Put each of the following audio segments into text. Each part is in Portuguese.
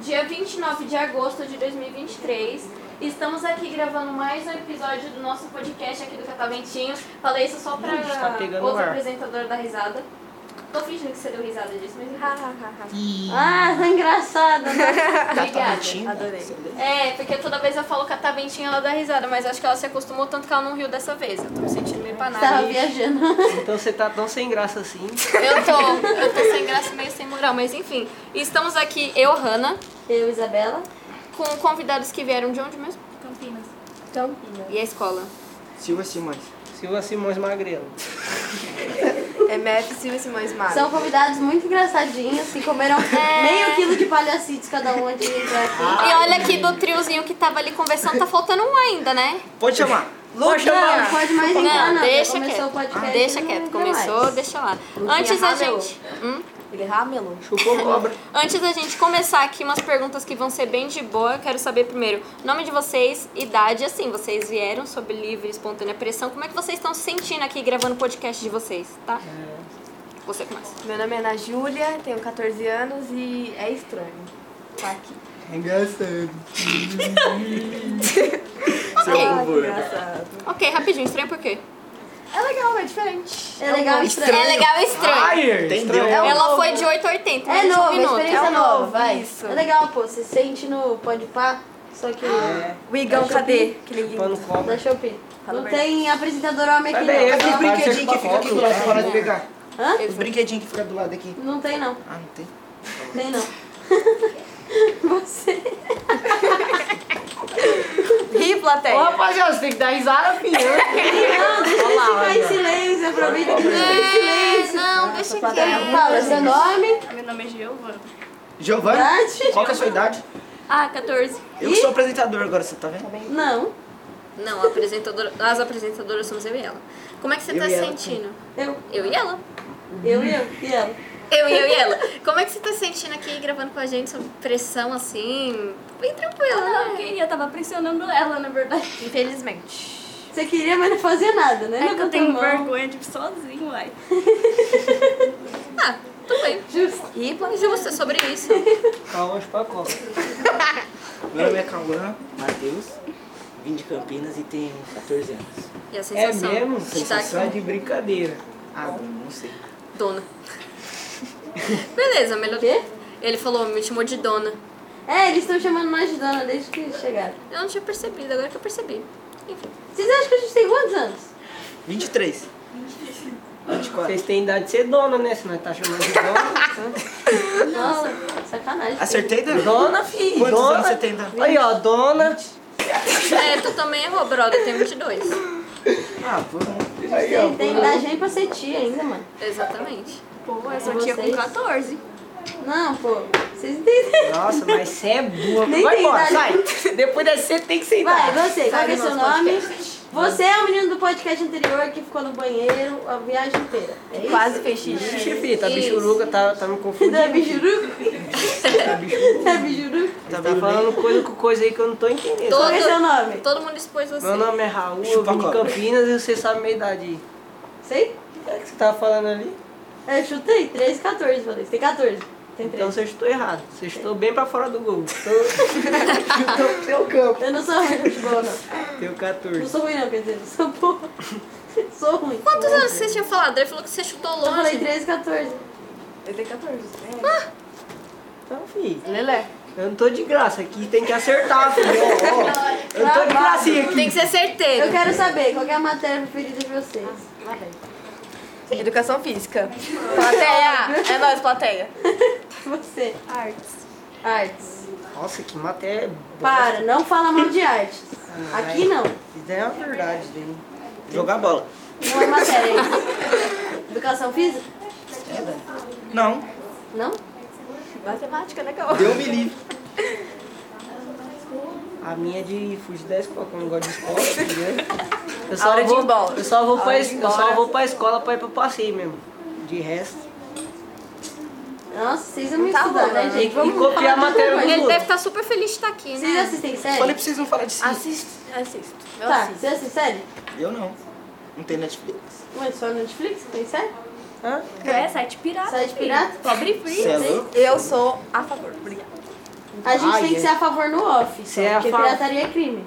Dia 29 de agosto de 2023, estamos aqui gravando mais um episódio do nosso podcast aqui do Cataventinho. Falei isso só pra Ixi, tá pegando outro ar. apresentador da risada. Tô fingindo que você deu risada disso, mas. Ha, ha, ha, ha. Ah, tá engraçado. Tá, né? Obrigada. Cataventinho? Adorei. É, porque toda vez eu falo cataventinho, ela dá risada, mas acho que ela se acostumou tanto que ela não riu dessa vez. Eu tô me sentindo meio Tá Tava panada. viajando. Então você tá tão sem graça assim. Eu tô, eu tô sem graça, meio sem moral, mas enfim. Estamos aqui, eu, Hanna, Eu, Isabela. com convidados que vieram de onde mesmo? Campinas. E a escola? Silva Simões. Silva Simões Magrelo. MF Silvia Simões Mara. São convidados muito engraçadinhos que comeram meio quilo de palhacitos cada um antes de entrar Ah. aqui. E olha aqui do triozinho que tava ali conversando, tá faltando um ainda, né? Pode chamar. Não, pode mais entrar, Não, não. já deixa quieto. começou o podcast. Deixa não quieto, entra começou, mais. deixa lá. Antes a Ravel. gente. Hum? Ele ramelou. Chupou cobra. Antes da gente começar aqui umas perguntas que vão ser bem de boa, eu quero saber primeiro nome de vocês, idade, assim, vocês vieram sob livre e espontânea pressão. Como é que vocês estão se sentindo aqui gravando o podcast de vocês, tá? Você começa. Meu nome é Ana Júlia, tenho 14 anos e é estranho. Tá aqui. Engraçado. Ah, que horror. engraçado. Ok, rapidinho, estranho por quê? É legal, é diferente. É legal É estranho. legal e estranho. Entendeu? É um Ela novo. foi de 8 a 80, É menos de um novo, é minuto. experiência É um nova, novo, vai. isso. É legal, pô, você sente no pão de pá, só que Ah, O Igão, Acho cadê? Aquele É, Pano lindo. da cobra. Shopee. Fala Não a tem apresentador homem aqui, Vai bem, é esse não. Tá bom? brinquedo. brinquedinho que fica aqui do lado, para de né? pegar. Hã? Os brinquedinhos que fica do lado aqui. Não tem, não. Ah, não tem. Tem, não. Você. Ri, plateia. rapaziada, você tem que dar risada, filho. Não, deixa ele ficar em silêncio. Aproveita que ele fica em É, silêncio. não, deixa Tá, quieto. Fala seu nome, Meu nome é Giovana. Giovanni, idade. qual que é a sua idade? Ah, 14. Eu que sou apresentador agora, você tá vendo? Não, Não, a apresentadora, as apresentadoras somos eu e ela. Como é que você Eu tá e se ela. sentindo? eu, Eu e ela. eu e eu, e ela. Eu, eu e ela. Como é que você tá se sentindo aqui gravando com a gente sob pressão assim? Bem tranquila, Não, eu né? queria, tava pressionando ela, na verdade. Infelizmente. Você queria, mas não fazia nada, né? É que eu tenho Não, vergonha de ir sozinho, uai. Ah, tudo bem. Justo. Ri, plateia. Mas e você sobre isso? Calma de pacola. Meu nome é Cauã Matheus, vim de Campinas e tenho 14 anos. E a É sensação mesmo? Tá de estar aqui Sensação de brincadeira. Ah, bom, não sei. dona. Beleza, melhor. Quê? Ele falou, me chamou de dona. É, eles estão chamando nós de dona desde que chegaram. Eu não tinha percebido, agora que eu percebi. Enfim. Vocês acham que a gente tem quantos anos? 23. Vocês têm idade de ser dona, né? Se nós tá chamando de dona. Nossa, sacanagem. Acertei, Dan? dona, filho. Quantos dona. anos você tem, Dan? Aí, ó, dona. É, tu também errou, brother. Tem 22. Ah, pô. Tem, tem idade nem pra ser tia ainda, mano. Exatamente. Pô, essa aqui é com Vocês? 14. Não, pô, vocês entenderam. Nossa, mas você é boa. Nem Vai tem embora, idade. sai. Depois dessa você tem que ser Vai, idade. você, qual que é Sabe seu nosso nome? Você é o menino do podcast anterior que ficou no banheiro a viagem inteira. É isso? Quase fez xixi. Ixi, filho, tá bichuruca, tá, tá me confundindo. Tá bijuruco? Tá bijuruco? Tá falando coisa com coisa aí que eu não tô entendendo. Qual que é seu nome? Todo mundo expôs você. Meu nome é Raul, eu Chupa vim de cobra. Campinas e você sabe minha idade. aí. Sei? O que é que você tava falando ali? Eu chutei 13, 14, falei. Você tem 14. Tem 13. Então você estou errado. Você estou bem pra fora do gol. Estou pro seu campo. Eu não sou ruim de futebol, não. Tenho Não 14. sou ruim, não, quer dizer, não sou boa. sou ruim. Quantos anos você tinha falado? Ele falou que você chutou longe. Eu falei 13, 14. Eu tenho 14. né? Então, filho, Lelé. eu não tô de graça aqui, tem que acertar, filho. Ó, ó. Eu não tô de gracinha aqui. Tem que ser certeiro. Eu quero saber qual que é a matéria preferida de vocês. Educação física. Plateia. É nóis, plateia. Você. Artes. Artes. Nossa, que matéria. Para, não fala mal de artes. Aqui não. Isso é uma verdade, velho. Jogar bola. Não é matéria isso. Educação física? Não, Não? Matemática, né, Cauã? deu me livre. A minha é de fugir da escola, que eu não gosto de escola, entendeu? Eu Aula de vou, bola. Eu só vou, pra, Aula es- de eu só bola. vou pra escola pra ir pro passeio mesmo. De resto. Nossa, vocês não me Tá estudam, bom, né, né? gente? E copiar a matéria dos Tá Ele deve outros. estar super feliz de estar aqui, né? Vocês assistem Falei série? pra vocês não falar disso. Assiste. Assisto. Eu Tá, assisto. você assiste série? Eu não. Não tem Netflix. Mas só no Netflix tem série? Hã? É, site Ah, pirata. Site filho. pirata? Pobre free. Você é louco? Eu sou a favor. Obrigada. A gente Ai, tem que é. ser a favor no off. Você é a porque favor. pirataria é crime.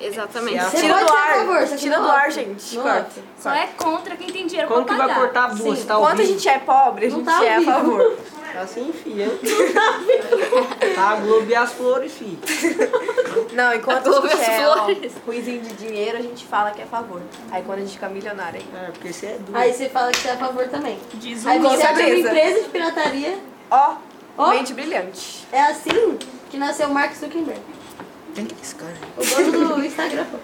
Exatamente. Se a- Você Tira pode do ser ar. a favor, só que Tira no do ar, off. gente. No Corta. off. Só é contra quem tem dinheiro Como pra que pagar. vai cortar a Sim. bolsa? Tá Quanto Ah, a ouvindo? gente é pobre, a Não gente tá é a ouvindo. favor. Tá assim, filha. Tá a Globo e as flores, filho. Não, enquanto a Globo gente e as é ó, flores. ruizinho de dinheiro, a gente fala que é a favor. Aí quando a gente fica milionária, aí- É, porque você é doido. Aí você fala que você é a favor também. Diz Aí Com você abre uma certeza. empresa de pirataria. ó, Ó. mente brilhante. É assim que nasceu Mark Zuckerberg. Quem que é esse cara? O dono do Instagram. pô.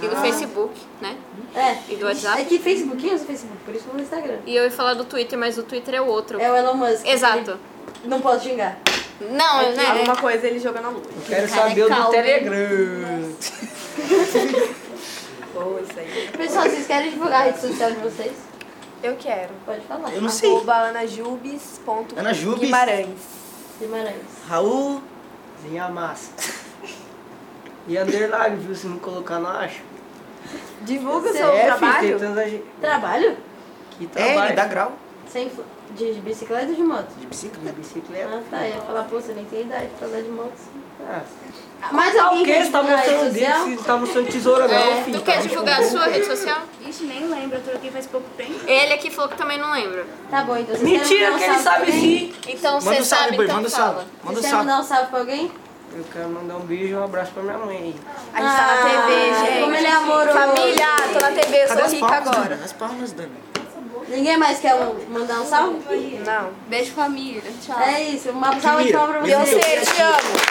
E Ah. do Facebook, né? É. E do WhatsApp. É que Facebook usa Facebook, por isso não é Instagram. E eu ia falar do Twitter, mas o Twitter é o outro. É o Elon Musk. Exato. Ele Não posso xingar. Não, É né? Alguma coisa ele joga na lua. Eu quero cara é saber o do calmo, Telegram. Boa, isso aí. Pessoal, vocês querem divulgar a rede social de vocês? Eu quero. Pode falar. Eu não sei. Arroba anajubes.guimarães. Ana Jubes? Guimarães. Raul. Zinha massa. E underline, viu? Se não colocar, não acho. Divulga o Você é, seu filho, um trabalho. tem tanta gente Trabalho? que É, ele trabalha dá grau. Sem fl- de, de bicicleta ou de moto? De de bicicleta. bicicleta. Ah, tá. Eu ia falar, pô, você nem tem idade pra andar de moto. Ah, Mas tá o alguém quê? quer Você tá divulgar a mostrando rede o social? dedo, você tá mostrando tesoura não, um É, filho. Tá tu quer divulgar a sua rede social? tá Ixi, nem lembro, eu troquei faz pouco tempo. Ele aqui falou que também não lembra. Tá bom, então vocês querem Mentira mandar que um ele salve pra sabe alguém? sim. Então Manda você um salve, sabe, Bert, então manda um fala. salve. Manda um Vocês querem salve. mandar um salve pra alguém? Eu quero mandar um beijo e um abraço pra minha mãe. A gente tá Ah, na TV, gente. como ele é amoroso. Família, tô na TV, sou rica agora. Dani? As palmas, Dani. Ninguém mais quer um- mandar um salve? Não. Beijo, família. Tchau. É isso, uma salva de palmas pra Mira, vocês. mira. Beyoncé, te amo.